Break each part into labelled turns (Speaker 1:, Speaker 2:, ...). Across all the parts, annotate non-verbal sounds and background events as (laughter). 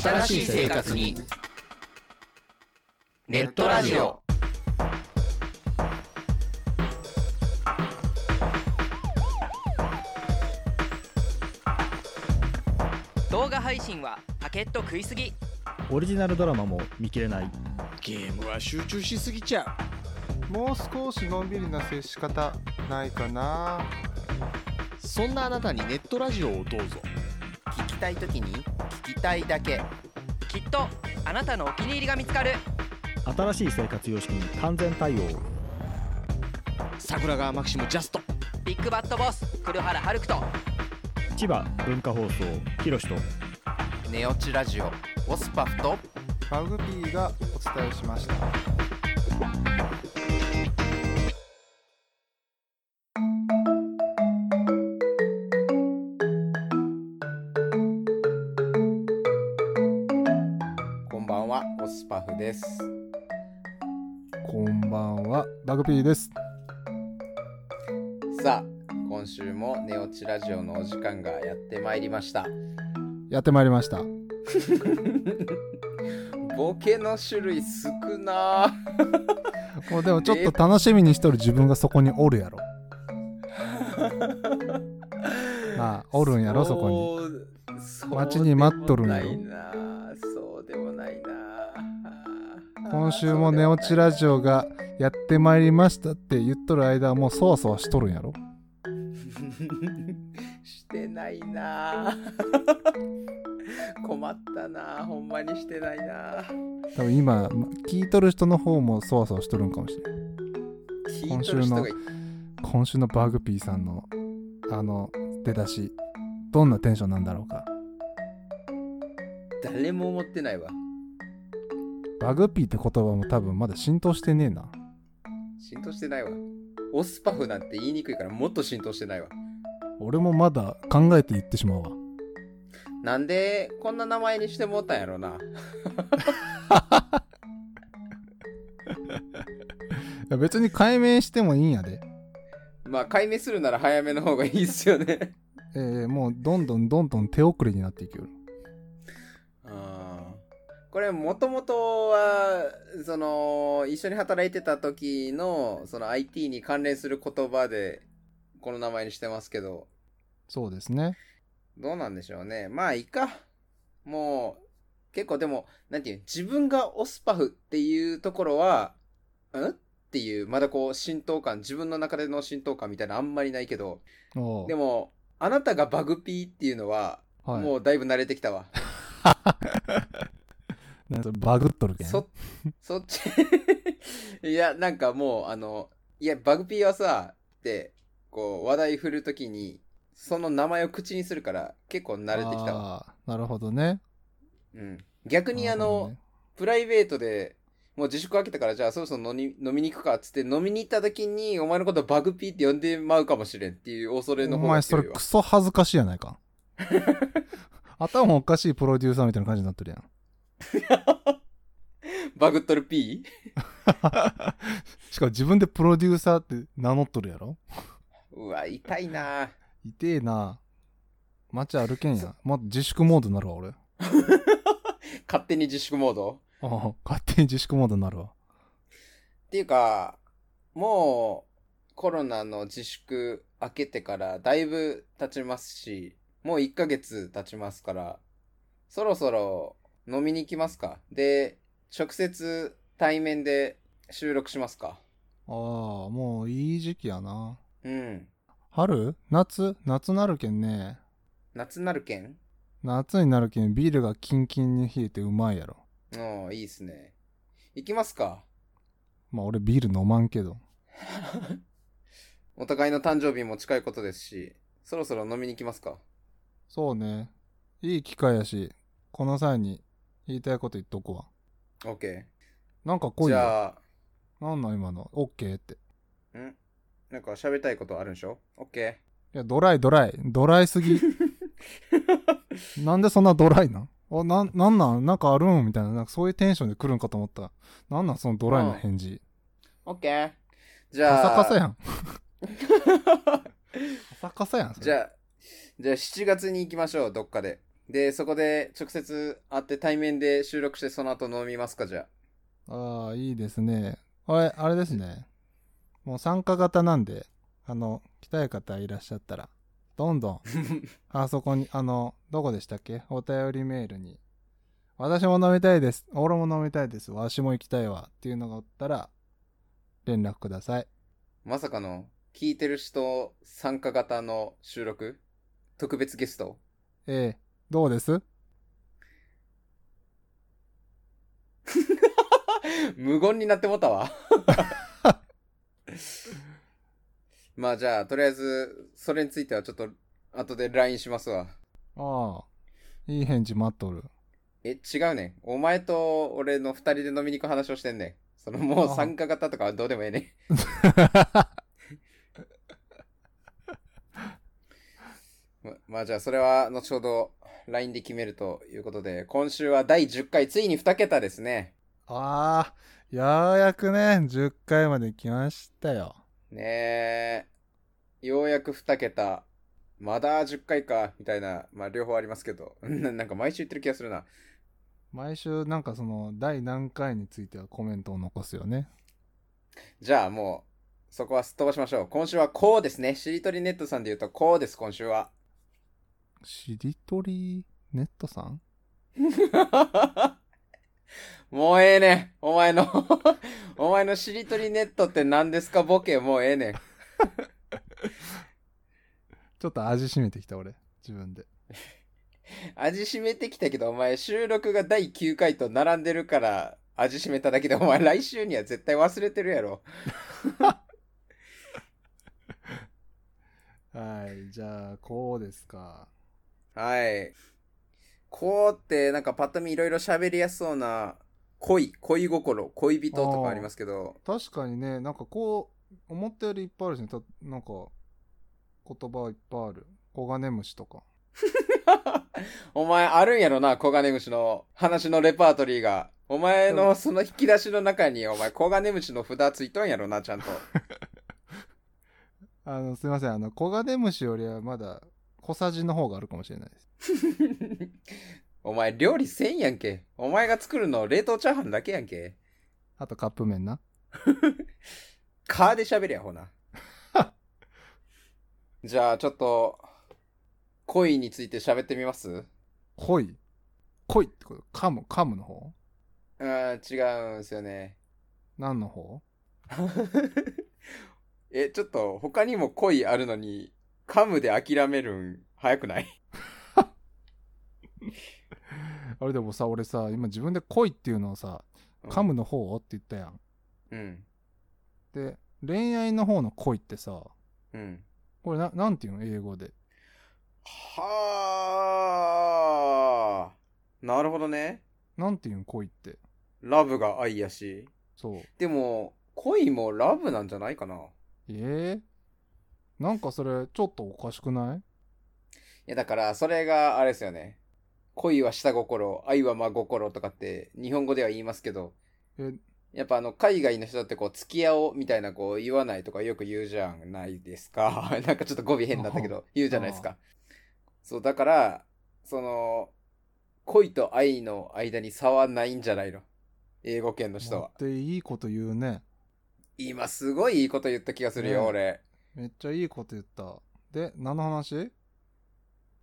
Speaker 1: 新しい生活にネットラジオ
Speaker 2: 動画配信はパケット食いすぎ
Speaker 3: オリジナルドラマも見切れない
Speaker 4: ゲームは集中しすぎちゃう
Speaker 5: もう少しのんびりな接し方ないかな
Speaker 4: そんなあなたにネットラジオをどうぞ
Speaker 1: 聞きたいときに聞きたいだけ
Speaker 2: きっとあなたのお気に入りが見つかる
Speaker 3: 新しい生活様式に完全対応
Speaker 4: 桜川マキシムジャスト
Speaker 2: ビッグバットボス黒原遥人
Speaker 3: 千葉文化放送ひろしと
Speaker 1: ネオチラジオオスパフと
Speaker 5: マグピーがお伝えしました
Speaker 1: こんばんはオスパフです
Speaker 5: こんばんはマグピーです
Speaker 1: さあ今週もネオチラジオのお時間がやってまいりました
Speaker 5: やってまいりました
Speaker 1: (laughs) ボケの種類少なー
Speaker 5: もうでもちょっと楽しみにしとる自分がそこにおるやろ
Speaker 1: (laughs)
Speaker 5: まあおるんやろそこに
Speaker 1: に
Speaker 5: 待ちに待っとるんやろ
Speaker 1: そうでもないなあー
Speaker 5: 今週も寝落ちラジオがやってまいりましたって言っとる間はもうそわそわしとるんやろ
Speaker 1: してないな (laughs) あ困ったなあほんまにしてないなあ
Speaker 5: 多分今聞いとる人の方もそわそわしとるんかもしれない
Speaker 1: 聞いとる人が
Speaker 5: 今週今週のバグピーさんのあの出だしどんなテンションなんだろうか
Speaker 1: 誰も思ってないわ
Speaker 5: バグピーって言葉も多分まだ浸透してねえな
Speaker 1: 浸透してないわオスパフなんて言いにくいからもっと浸透してないわ
Speaker 5: 俺もまだ考えて言ってしまうわ
Speaker 1: なんでこんな名前にしてもうたんやろな
Speaker 5: いや別に解明してもいいんやで、
Speaker 1: まあ解明するなら早めの方がいいっすよね
Speaker 5: えーもうどんどんどんどん手遅れになっていくよ
Speaker 1: あーこれもともとはその一緒に働いてた時のその IT に関連する言葉でこの名前にしてますけど
Speaker 5: そうですね
Speaker 1: どうなんでしょうね。まあ、いいか。もう、結構でも、なんていう、自分がオスパフっていうところは、んっていう、まだこう、浸透感、自分の中での浸透感みたいなのあんまりないけど、
Speaker 5: おう
Speaker 1: でも、あなたがバグピーっていうのは、
Speaker 5: はい、
Speaker 1: もうだいぶ慣れてきたわ。
Speaker 5: なんかバグっとるけん
Speaker 1: そ、そっち (laughs) いや、なんかもう、あの、いや、バグピーはさ、って、こう、話題振るときに、その名前を口にするから、結構慣れてきたわ。
Speaker 5: あーなるほどね
Speaker 1: うん。逆にあ
Speaker 5: なるほど
Speaker 1: の
Speaker 5: ね、
Speaker 1: プライベートで、もう自粛開けたから、じゃあそろそろ飲み飲みに行くかっつって、飲みに行った時に、お前のことバグピーって呼んでまうかもしれんっていう恐れの
Speaker 5: お
Speaker 1: 方が
Speaker 5: 前そ
Speaker 1: 強
Speaker 5: れ
Speaker 1: いわ
Speaker 5: ク。ソ恥ずかしいやないか (laughs) 頭おかしいプロデューサーみたいな感じになってるやん (laughs)
Speaker 1: バグっとるピ
Speaker 5: しかも自分でプロデューサーって名乗っとるやろ
Speaker 1: ーうわ、痛いなぁ
Speaker 5: 痛えな街歩けんやま自粛モードになるわ俺あ
Speaker 1: 勝手に自粛モード
Speaker 5: あ勝手に自粛モードになるわ
Speaker 1: っていうか、もう、コロナの自粛明けてからだいぶ経ちますし、もう1ヶ月経ちますから、そろそろ飲みに行きますか。で、直接対面で収録しますか。
Speaker 5: ああもういい時期やな
Speaker 1: うん。
Speaker 5: 春夏夏なるけんね
Speaker 1: 夏なるけん
Speaker 5: 夏になるけんビールがキンキンに冷えてうまいやろ
Speaker 1: うん、いいっすね。行きますか。
Speaker 5: まあ俺ビール飲まんけど
Speaker 1: お互いの誕生日も近いことですし、そろそろ飲みに行きますか。
Speaker 5: そうねいい機会やしこの際に言いたいこと言っとこうわ
Speaker 1: OK。
Speaker 5: なんか来い
Speaker 1: じ
Speaker 5: よ
Speaker 1: ゃあ、
Speaker 5: なんなん今のオッケーって
Speaker 1: んなんか喋りたいことあるんでしょ ?OK。
Speaker 5: いやドライドライドライ
Speaker 1: (laughs)
Speaker 5: すぎなんでそんなドライなんおなんなんなんなんかあるんみたいななんかそういうテンションで来るんかと思ったなんなんそのドライな返事
Speaker 1: OK。じ
Speaker 5: カ
Speaker 1: ゃあ、
Speaker 5: サカサや
Speaker 1: (laughs)
Speaker 5: んカサカサやんそれ
Speaker 1: じゃあ、じゃあ7月に行きましょう、どっかで。で、そこで直接会って対面で収録してその後飲みますか、じゃあ。
Speaker 5: ああ、いいですね。あれ、あれですね。もう参加型なんで、あの、来たい方いらっしゃったら、どんどん、あそこに、あの、どこでしたっけお便りメールに、私も飲みたいです。俺も飲みたいです。わしも行きたいわ。っていうのがおったら、連絡ください。
Speaker 1: まさかの、聞いてる人参加型の収録特別ゲスト
Speaker 5: ええ、どうです
Speaker 1: 無言になってもた
Speaker 5: (laughs)
Speaker 1: わ。まあじゃあ、とりあえず、それについてはちょっと、後で LINE しますわ。
Speaker 5: ああ、いい返事待っとる。
Speaker 1: え、違うねん。お前と俺の二人で飲みに行く話をしてんねん。そのもう
Speaker 5: あ
Speaker 1: 参加型とかはどうでもええねん。ままあじゃあそれは後ほど LINE で決めるということで、今週は第10回、ついに2桁ですね。
Speaker 5: ああ、ようやくね、10回まで来ましたよ。
Speaker 1: ねえ、ようやく2桁、まだ10回か、みたいな、まあ両方ありますけど、 (laughs) ななんか毎週言ってる気がするな。
Speaker 5: 毎週なんかその第何回についてはコメントを残すよね
Speaker 1: じゃあもう、そこはすっ飛ばしましょう。今週はこうですね。しりとりネットさんで言うとこうです、今週は。 (laughs)
Speaker 5: しりとりネットさん
Speaker 1: もうええねん。お前の、 (laughs) お前のしりとりネットって何ですかボケ、もうええねん。
Speaker 5: ちょっと味しめてきた俺自分で
Speaker 1: 味しめてきたけど、お前収録が第9回と並んでるから、味しめただけで、お前来週には絶対忘れてるやろ。
Speaker 5: はいじゃあこうですか
Speaker 1: はい。こうって、なんかパッと見いろいろ喋りやすそうな、恋、恋心、恋人とかありますけど、
Speaker 5: 確かにねなんかこう思ったよりいっぱいあるしねたなんか言葉いっぱいある黄金虫とか
Speaker 1: お前あるんやろな、黄金虫の話のレパートリーが。お前のその引き出しの中に、お前黄金虫の札ついとんやろな、ちゃんと。
Speaker 5: あのすいませんあの黄金虫よりはまだ小さじの方があるかもしれないです
Speaker 1: お前料理せんやんけ。お前が作るの冷凍チャーハンだけやんけ。
Speaker 5: あとカップ麺な
Speaker 1: カーで喋りゃほな。じゃあちょっと、恋について喋ってみます
Speaker 5: 濃い濃いってことカムカムの方
Speaker 1: うん、違うんですよね。 (laughs)
Speaker 5: 何の方
Speaker 1: え、ちょっと他にも恋あるのに、噛むで諦めるん早くない
Speaker 5: (laughs) あれでもさ俺さ今自分で恋っていうのをさカムの方って言ったやん。
Speaker 1: うん。
Speaker 5: で、恋愛の方の恋ってさ、
Speaker 1: うん。
Speaker 5: これな、なんていうの英語で。
Speaker 1: はあ。なるほどね。
Speaker 5: なんていうん恋って。
Speaker 1: ラブが愛やし。
Speaker 5: そう。
Speaker 1: でも、恋もラブなんじゃないかな。い
Speaker 5: ええなんかそれ、ちょっとおかしくない
Speaker 1: や、だから、それがあれですよね。恋は下心、愛は真心とかって、日本語では言いますけど、
Speaker 5: え、
Speaker 1: やっぱあの、海外の人ってこう、付き合おうみたいなこう、言わないとかよく言うじゃないですか。 (laughs) なんかちょっと語尾変になったけど、言うじゃないですか。そう、だから、その、恋と愛の間に差はないんじゃないの英語圏の人
Speaker 5: 持
Speaker 1: は
Speaker 5: っ。ていいこと言うね。
Speaker 1: 今すごいいいこと言った気がするよ、俺。
Speaker 5: ねめっちゃいいこと言った。で、何の話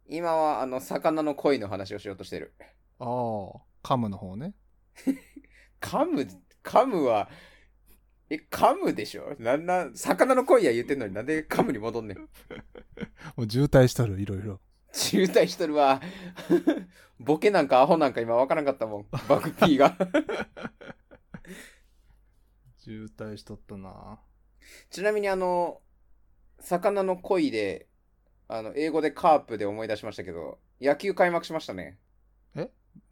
Speaker 1: 今はあの、魚の恋の話をしようとしてる。
Speaker 5: ああ、カムの方ね。
Speaker 1: 噛む、噛むは、え、噛むでしょなんなん、魚の恋や言ってんのになんで噛むに戻んねん。
Speaker 5: もう渋滞したる、いろいろ。
Speaker 1: 渋滞しとるわ。 (laughs) ボケなんかアホなんか今わからんかったもん。バクピーが。 (laughs)
Speaker 5: 渋滞しとったな。
Speaker 1: ちなみにあの、魚の恋で、あの、英語でカープで思い出しましたけど、野球開幕しましたね。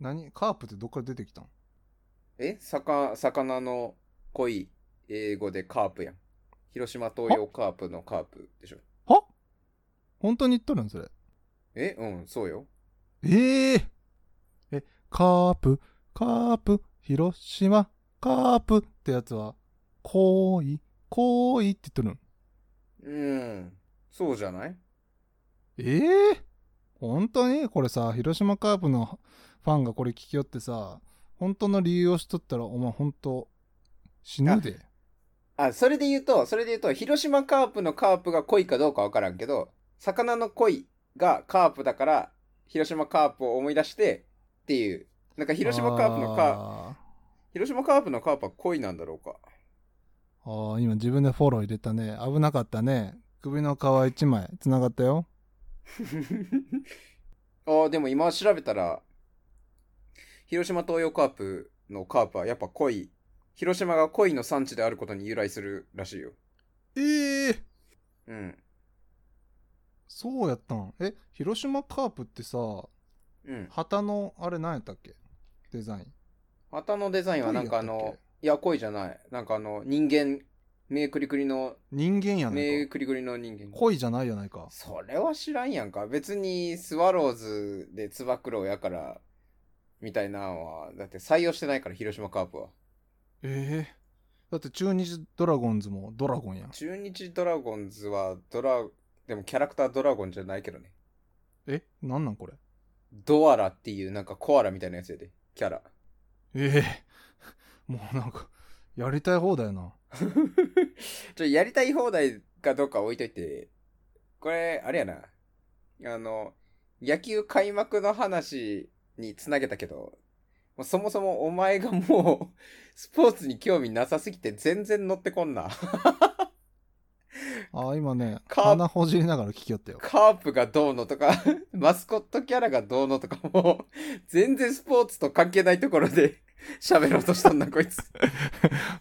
Speaker 5: 何カープってどっから出てきたん
Speaker 1: え魚、魚の恋、英語でカープやん。広島東洋カープのカープでしょ。
Speaker 5: は本当に言っとるんそれ。
Speaker 1: えうん、そうよ。
Speaker 5: えええ、カープ、カープ、広島、カープってやつは、恋、恋って言ってるん。
Speaker 1: うん、そうじゃない
Speaker 5: ええ本当にこれさ、広島カープのファンがこれ聞きよってさ、本当の理由をしとったら、お前本当、死ぬで。
Speaker 1: あ、それで言うと、それで言うと、広島カープのカープが恋かどうかわからんけど、魚の恋がカープだから、広島カープを思い出してっていう。なんか広島カープのカープ、
Speaker 5: あ
Speaker 1: 広島カープのカープは恋なんだろうか。 (laughs)
Speaker 5: ーあー、今自分でフォロー入れたね。危なかったね。首の皮一枚、繋がったよ。
Speaker 1: ああ、でも今調べたら、広島東洋カープのカープはやっぱ恋、広島が恋の産地であることに由来するらしいよ。
Speaker 5: ええ
Speaker 1: うん。
Speaker 5: そうやったん。え、広島カープってさ、
Speaker 1: うん。
Speaker 5: 旗の、あれ何やったっけデザイン。
Speaker 1: 旗のデザインはなんかあ
Speaker 5: 恋やったっ
Speaker 1: の
Speaker 5: け、
Speaker 1: いや、恋じゃない。なんかあの、人間、目くりくりの、
Speaker 5: 人間やな
Speaker 1: 目
Speaker 5: いか。
Speaker 1: くりくりの人間。
Speaker 5: 恋じゃないやないか。
Speaker 1: それは知らんやんか。別にスワローズでつば九郎やから、みたいなのは、だって採用してないから、広島カープは。
Speaker 5: ええだって中日ドラゴンズもドラゴンやん。
Speaker 1: 中日ドラゴンズはドラ、でもキャラクタードラゴンじゃないけどね。
Speaker 5: え、なんなんこれ
Speaker 1: ドアラっていうなんかコアラみたいなやつやで、キャラ。
Speaker 5: ええ (laughs) もうなんか、やりたい放題やな。
Speaker 1: (laughs) ちょ、やりたい放題かどうか置いといて、これ、あれやな。あの、野球開幕の話につなげたけど、もうそもそもお前がもう、スポーツに興味なさすぎて全然乗ってこんな。
Speaker 5: あー今ね、
Speaker 1: カー
Speaker 5: 鼻ほじりながら聞きよったよ。
Speaker 1: カープがどうのとか、マスコットキャラがどうのとか、もう、全然スポーツと関係ないところで喋ろうとしたんだ、こいつ。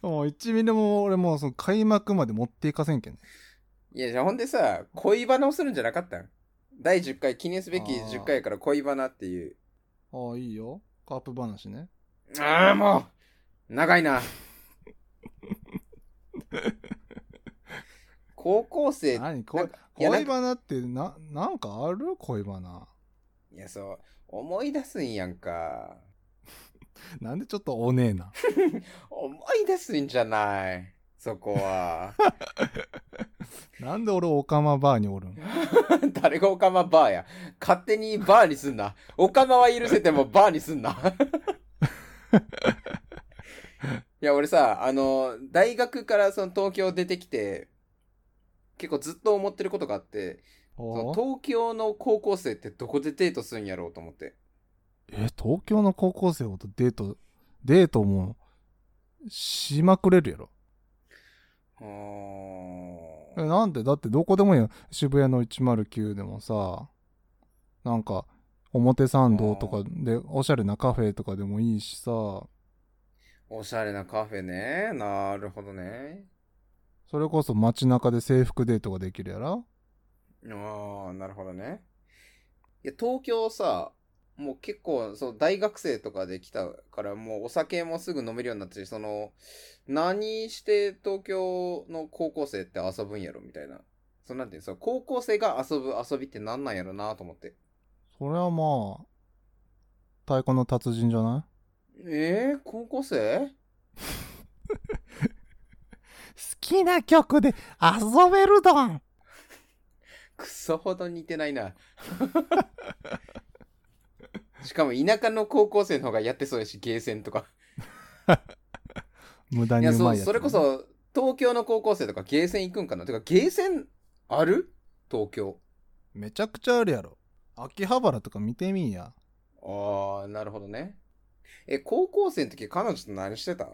Speaker 5: もう一ミリも俺もうその開幕まで持っていかせんけんね。
Speaker 1: いや、じゃあほんでさ、恋バナをするんじゃなかったん第10回、記念すべき10回やから恋バナっていう。
Speaker 5: ああ、いいよ。カープ話ね。
Speaker 1: ああ、もう長いな。 (laughs) 高校生、
Speaker 5: 何恋
Speaker 1: なんかいや
Speaker 5: 恋バナってな、なんかある恋バナ。
Speaker 1: いや、そう、思い出すんやんか。
Speaker 5: なんでちょっとおねえな。
Speaker 1: 思い出すんじゃない。そこ (laughs) は。
Speaker 5: なんで俺オカマバーにおるん
Speaker 1: 誰がオカマバーや。勝手にバーにすんな。オカマは許せてもバーにすん (laughs) な。いや、俺さ、あの、大学からその東京出てきて、結構ずっと思ってることがあって、その
Speaker 5: おう
Speaker 1: 東京の高校生ってどこでデートするんやろうと思って。
Speaker 5: え、東京の高校生とデート、デートもしまくれるやろ。
Speaker 1: うー
Speaker 5: え、
Speaker 1: ん
Speaker 5: なんでだってどこでもいいよ。渋谷の109でもさ、なんか、表参道とかで、おしゃれなカフェとかでもいいしさ、
Speaker 1: おしゃれなカフェね。なるほどね。
Speaker 5: それこそ街中で制服デートができるやろ
Speaker 1: ああ、なるほどね。いや、東京さ、もう結構、そう、大学生とかで来たから、もうお酒もすぐ飲めるようになったし、その、何して東京の高校生って遊ぶんやろみたいな。そうなんていうのそう高校生が遊ぶ遊びってなんなんやろなと思って。
Speaker 5: それはまあ、太鼓の達人じゃない
Speaker 1: えー、高校生
Speaker 5: 好きな曲で遊べるドン
Speaker 1: クソほど似てない (laughs) な。しかも田舎の高校生の方がやってそうやし、ゲーセンとか。
Speaker 5: 無駄
Speaker 1: い
Speaker 5: に
Speaker 1: や、
Speaker 5: う
Speaker 1: そ
Speaker 5: ま
Speaker 1: う、
Speaker 5: いやつね、
Speaker 1: それこそ、東京の高校生とかゲーセン行くんかなてか、ゲーセンある東京。
Speaker 5: めちゃくちゃあるやろ秋葉原とか見てみんや
Speaker 1: ああ、なるほどね。え、高校生の時彼女と何してた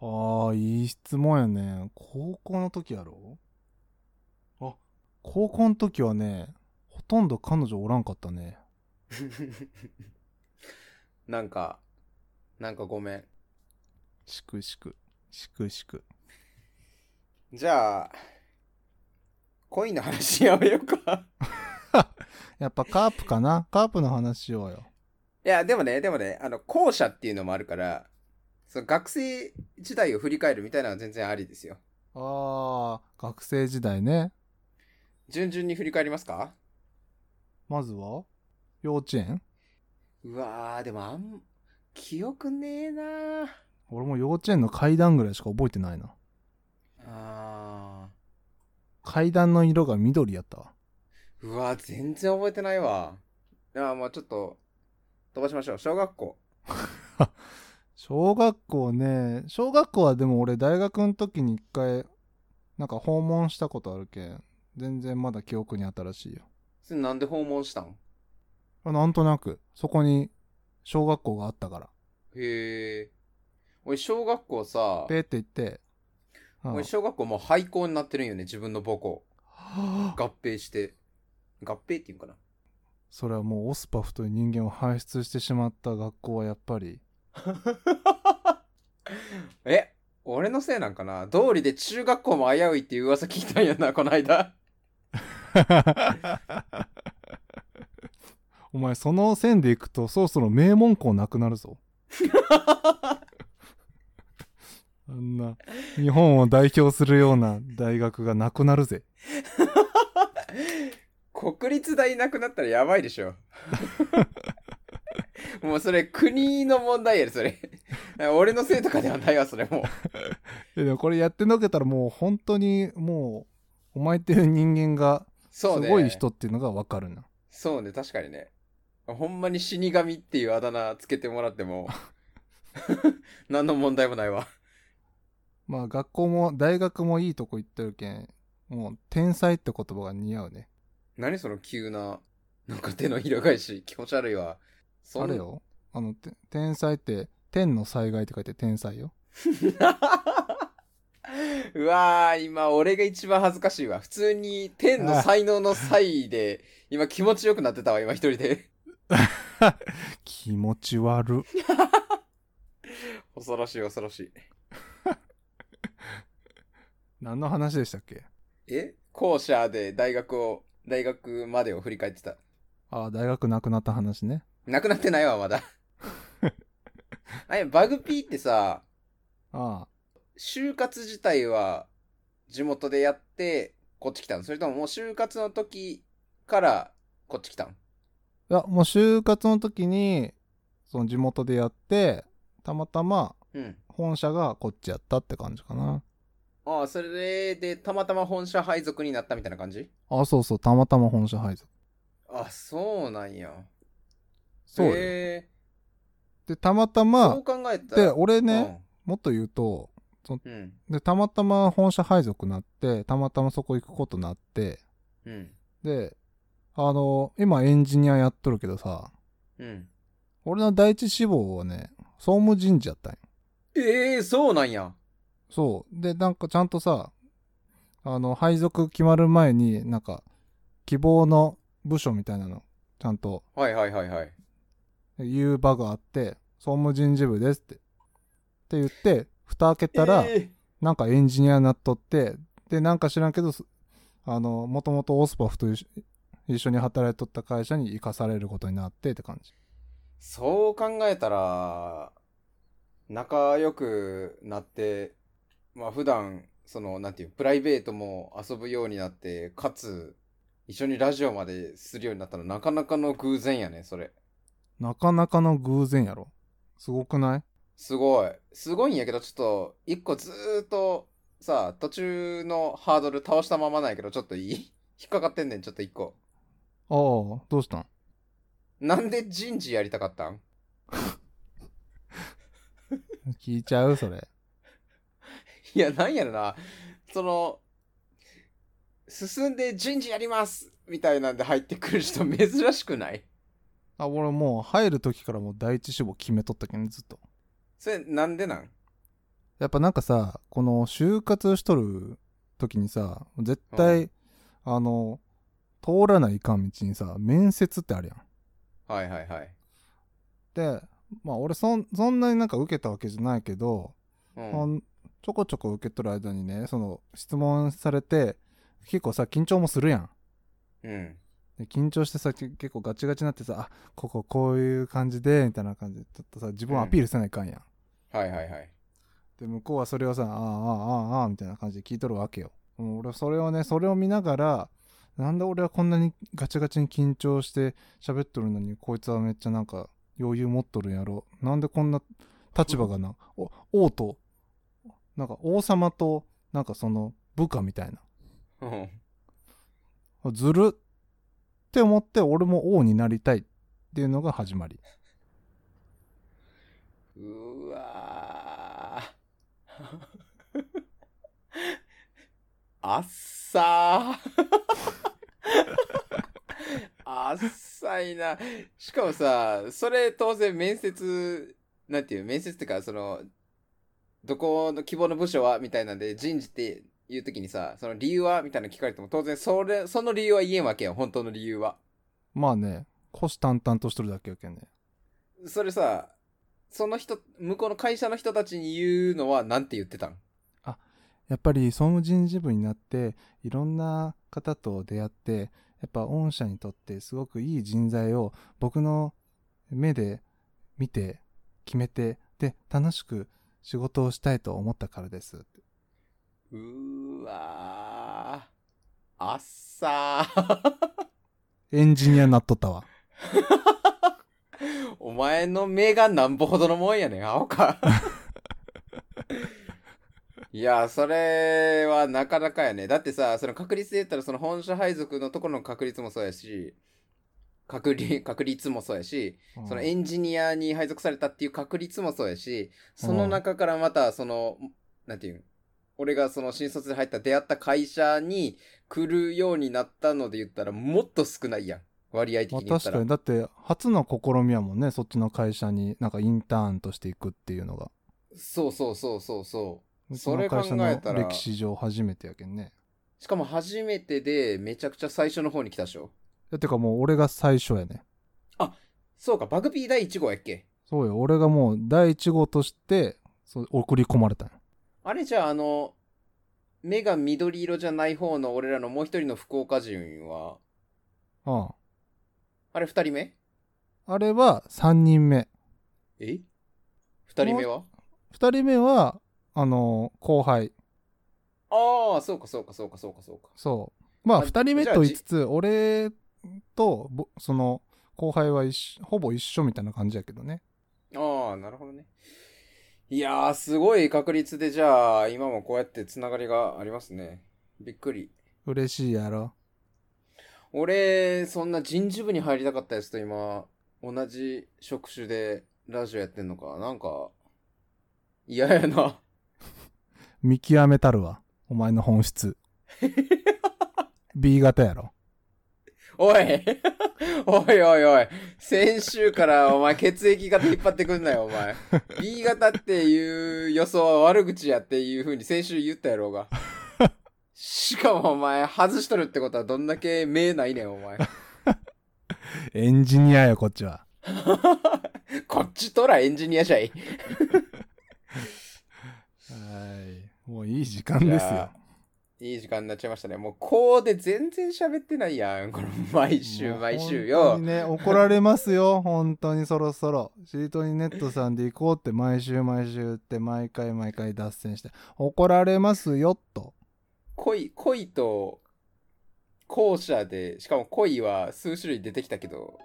Speaker 5: あーいい質問やね高校の時やろあ高校の時はねほとんど彼女おらんかったね
Speaker 1: (laughs) なんか、なんかごめん。
Speaker 5: しくしくしくしく
Speaker 1: じゃあ、恋の話やめようか。
Speaker 5: やっぱカープかなカープの話しようよ
Speaker 1: いや、でもね、でもね、あの、校舎っていうのもあるから、その学生時代を振り返るみたいなのは全然ありですよ。
Speaker 5: あー学生時代ね
Speaker 1: 順々に振り返りますか
Speaker 5: まずは幼稚園
Speaker 1: うわー、でもあん、記憶ねえなー。
Speaker 5: 俺も幼稚園の階段ぐらいしか覚えてないな
Speaker 1: あ
Speaker 5: 階段の色が緑やったわ
Speaker 1: ーうわ全然覚えてないわああ、まあちょっと、飛ばしましょう。小学校。
Speaker 5: 小学校ね小学校はでも俺大学の時に一回なんか訪問したことあるけん全然まだ記憶に新しいよ
Speaker 1: それなんで訪問したん
Speaker 5: あなんとなくそこに小学校があったから
Speaker 1: へえ。俺、小学校さ、
Speaker 5: ペーって言って、うん
Speaker 1: 俺、小学校もう廃校になってるんよね、自分の母校。合併して。合併っていうんかな。
Speaker 5: それはもうオスパフという人間を輩出してしまった学校はやっぱり
Speaker 1: え、俺のせいなんかな道理で中学校も危ういっていう噂聞いたんやな、 (laughs) この間。
Speaker 5: (laughs) お前その線でいくとそろそろ名門校なくなるぞ (laughs) あんな日本を代表するような大学がなくなるぜ
Speaker 1: 国立大なくなったらやばいでし
Speaker 5: (laughs)
Speaker 1: ょ。もうそれ国の問題やで、それ。 (laughs) 俺のせいとかではないわ、それもう。
Speaker 5: いやでもこれやってのけたらもう本当にもうお前っていう人間がす
Speaker 1: そうね。
Speaker 5: ごい人っていうのがわかるな
Speaker 1: そうね、確かにね。ほんまに死神っていうあだ名つけてもらっても、 (laughs) 何の問題もないわ。
Speaker 5: まあ学校も大学もいいとこ行ってるけんもう天才って言葉が似合うね
Speaker 1: 何その急な、なんか手のひら返し、気持ち悪いわ。そん
Speaker 5: あれ。よあのて天才って天の災害って書いて天才よ
Speaker 1: うわー、今俺が一番恥ずかしいわ。普通に天の才能の才 (laughs) で、今気持ちよくなってたわ、今一人で。
Speaker 5: 気持ち悪
Speaker 1: (laughs) 恐ろしい恐ろしい。
Speaker 5: 何の話でしたっけ
Speaker 1: え校舎で大学を、大学までを振り返ってた。
Speaker 5: ああ大学なくなった話ね
Speaker 1: なくなってないわ、まだ。あれ、バグピーってさ、
Speaker 5: あ
Speaker 1: 就活自体は地元でやってこっち来たのそれとももう就活の時からこっち来たの
Speaker 5: あいやもう就活の時にその地元でやってたまたま
Speaker 1: うん。
Speaker 5: 本社がこっちやったって感じかな
Speaker 1: ああ、それで、たまたま本社配属になったみたいな感じ
Speaker 5: あそうそうたまたま本社配属
Speaker 1: あ、そうなんや。
Speaker 5: そうよ
Speaker 1: へえ
Speaker 5: でたまた
Speaker 1: そ
Speaker 5: ま
Speaker 1: う考えた
Speaker 5: で
Speaker 1: ら。
Speaker 5: 俺ね、もっと言うと
Speaker 1: うん。うん。
Speaker 5: でたまたま本社配属なってたまたまそこ行くことなって
Speaker 1: うん。
Speaker 5: であの今エンジニアやっとるけどさ
Speaker 1: うん。
Speaker 5: 俺の第一志望はね総務人事やったんよ
Speaker 1: ええそうなんや。
Speaker 5: そう。で、なんかちゃんとさ、あの、配属決まる前に、なんか、希望の部署みたいなの、ちゃんと
Speaker 1: はいはいはいはい。
Speaker 5: 言う場があって、総務人事部ですって。って言って、蓋開けたら、
Speaker 1: え
Speaker 5: なんかエンジニアになっとって、で、なんか知らんけど、すあの、もともとオスパフというし一緒に働いとった会社に生かされることになってって感じ。
Speaker 1: そう考えたら、仲良くなって、まあ普段、その、なんていう、プライベートも遊ぶようになって、かつ、一緒にラジオまでするようになったの、なかなかの偶然やね、それ。
Speaker 5: なかなかの偶然やろ。すごくない
Speaker 1: すごい。すごいんやけど、ちょっと、一個ずーっと、さ、途中のハードル倒したままなんやけど、ちょっといい (laughs) 引っかかってんねん、ちょっと一個。
Speaker 5: ああ、どうしたん
Speaker 1: なんで人事やりたかったん (laughs)
Speaker 5: 聞いちゃうそれ。
Speaker 1: いや、なんやろな。その、進んで人事やりますみたいなんで入ってくる人珍しくない
Speaker 5: あ俺もう入る時からもう第一志望決めとったけんねずっと
Speaker 1: それ、なんでなん
Speaker 5: やっぱなんかさこの就活しとる時にさ絶対、あの通らないかん道にさ面接ってあるやん
Speaker 1: はいはいはい。
Speaker 5: でまあ俺そんそんなになんか受けたわけじゃないけど、
Speaker 1: うん。
Speaker 5: ほんちょこちょこ受け取る間にねその質問されて結構さ緊張もするやん
Speaker 1: うん。
Speaker 5: で緊張してさけ結構ガチガチになってさあこここういう感じでみたいな感じでちょっとさ自分をアピールせないかんやん
Speaker 1: はいはいはい。
Speaker 5: で向こうはそれをさあーあーあーあーみたいな感じで聞いとるわけよもう俺はそれをねそれを見ながらなんで俺はこんなにガチガチに緊張して喋っとるのにこいつはめっちゃなんか余裕持っとるんやろなんでこんな立場がなお王となんか王様となんかその部下みたい
Speaker 1: うん。
Speaker 5: なずるって思って俺も王になりたいっっていうのが始まり。
Speaker 1: うわーあっさーあっさいな。しかもさ、それ当然面接、なんていう、面接ってか、その、どこの希望の部署はみたいなんで、人事っていう時にさ、その理由はみたいなの聞かれても、当然それ、その理由は言えんわけよ、本当の理由は。
Speaker 5: まあね、虎視眈々としとるだけやけんね。
Speaker 1: それさ、その人、向こうの会社の人たちに言うのはなんて言ってたん
Speaker 5: やっぱり総務人事部になっていろんな方と出会ってやっぱ御社にとってすごくいい人材を僕の目で見て決めてで楽しく仕事をしたいと思ったからですって
Speaker 1: うーわー。あっさー。 (laughs)
Speaker 5: エンジニアになっとったわ
Speaker 1: お前の目がなんぼほどのもんやねん、青か。 (laughs) いや、それはなかなかやね。だってさ、その確率で言ったら、その本社配属のところの確率もそうやし、確率、確率もそうやし、 (laughs) そのエンジニアに配属されたっていう確率もそうやし、その中からまた、その、なんていうん、俺がその新卒で入った出会った会社に来るようになったので言ったら、もっと少ないやん。割合的
Speaker 5: まあ
Speaker 1: に言った
Speaker 5: 確
Speaker 1: ら
Speaker 5: かに。だって初の試みやもんねそっちの会社になんかインターンとしていくっていうのが
Speaker 1: そうそうそうそうそう。
Speaker 5: うち
Speaker 1: それ
Speaker 5: の
Speaker 1: 考
Speaker 5: 会社
Speaker 1: え
Speaker 5: の
Speaker 1: たら
Speaker 5: 歴、史上初めてやけんね
Speaker 1: しかも初めてでめちゃくちゃ最初の方に来たでしょ。
Speaker 5: いやてかもう俺が最初やね
Speaker 1: そうか、バグピー第1号やっけ
Speaker 5: そうよ俺がもう第1号としてそう送り込まれたんよ
Speaker 1: あれじゃああの、目が緑色じゃない方の俺らのもう一人の福岡人は、
Speaker 5: あ
Speaker 1: あれ二人目
Speaker 5: ああれは3人目
Speaker 1: え二人目は
Speaker 5: 2人目はあの後輩
Speaker 1: ああ、そうかそうかそうかそうかそうか。
Speaker 5: そうまあ
Speaker 1: あ
Speaker 5: 2人目
Speaker 1: じゃあ
Speaker 5: と言いつつ俺とぼその後輩は一緒ほぼ一緒みたいな感じやけどね
Speaker 1: ああ、なるほどね。いやー、すごい確率でじゃあ、今もこうやってつながりがありますね。びっくり。
Speaker 5: 嬉しいやろ
Speaker 1: 俺、そんな人事部に入りたかったやつと今、同じ職種でラジオやってんのか、なんか、嫌やな。
Speaker 5: 見極めたるわお前の本
Speaker 1: (laughs)
Speaker 5: 質 B 型やろ
Speaker 1: おい (laughs) おいおいおい先週からお前血液型引っ張ってくんなよ、お前。B 型っていう予想は悪口やっていう風に先週言ったやろうが。しかもお前、外しとるってことはどんだけ目ないねん、お前。
Speaker 5: エンジニアやこっちは
Speaker 1: こっちとらエンジニアじゃい。
Speaker 5: はいもういい時間です
Speaker 1: い
Speaker 5: よ
Speaker 1: やいい時間になっちゃいましたね。もう、こうで全然喋ってないやん。これ、毎週
Speaker 5: もう
Speaker 1: 毎週
Speaker 5: 本当
Speaker 1: よ
Speaker 5: に。ね、怒られますよ、 (laughs) 本当にそろそろ。シートにネットさんで行こうって毎週毎週言って、毎回毎回脱線して、怒られますよ、と。
Speaker 1: 恋、恋と、後者で、しかも恋は数種類出てきたけど、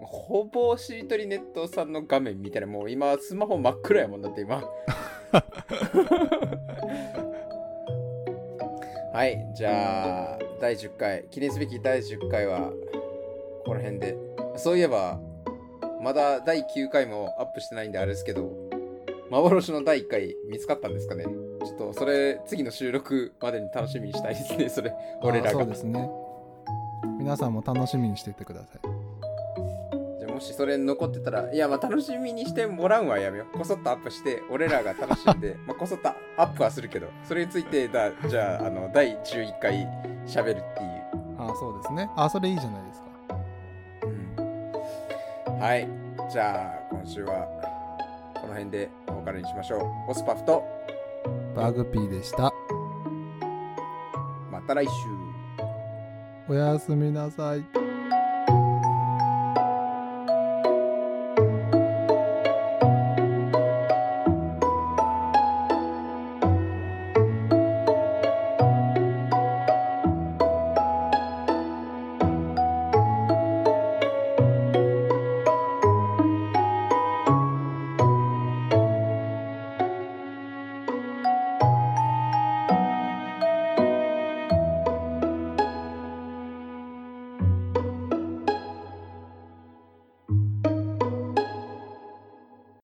Speaker 1: ほぼしりとりネットさんの画面みたいな、もう今、スマホ真っ暗やもんだって、今。はい、じゃあ、第10回、記念すべき第10回は、この辺で。そういえば、まだ第9回もアップしてないんであれですけど、幻の第1回見つかったんですかねちょっとそれ、次の収録までに楽しみにしたいですね、それ。俺ら
Speaker 5: あ
Speaker 1: が。
Speaker 5: そうですね。皆さんも楽しみにしていってください。
Speaker 1: じゃあもしそれ残ってたら、いや、まあ楽しみにしてもらうんはやめよう。こそっとアップして、俺らが楽しんで、 (laughs) まあこそっとアップはするけど、それについてだ、じゃあ、あの、第11回喋るっていう。
Speaker 5: あそうですね。あそれいいじゃないですか。
Speaker 1: うんはい。じゃあ、今週は、この辺でお別れにしましょう。オスパフと、
Speaker 5: バグピーでした。
Speaker 1: また来週。
Speaker 5: おやすみなさい。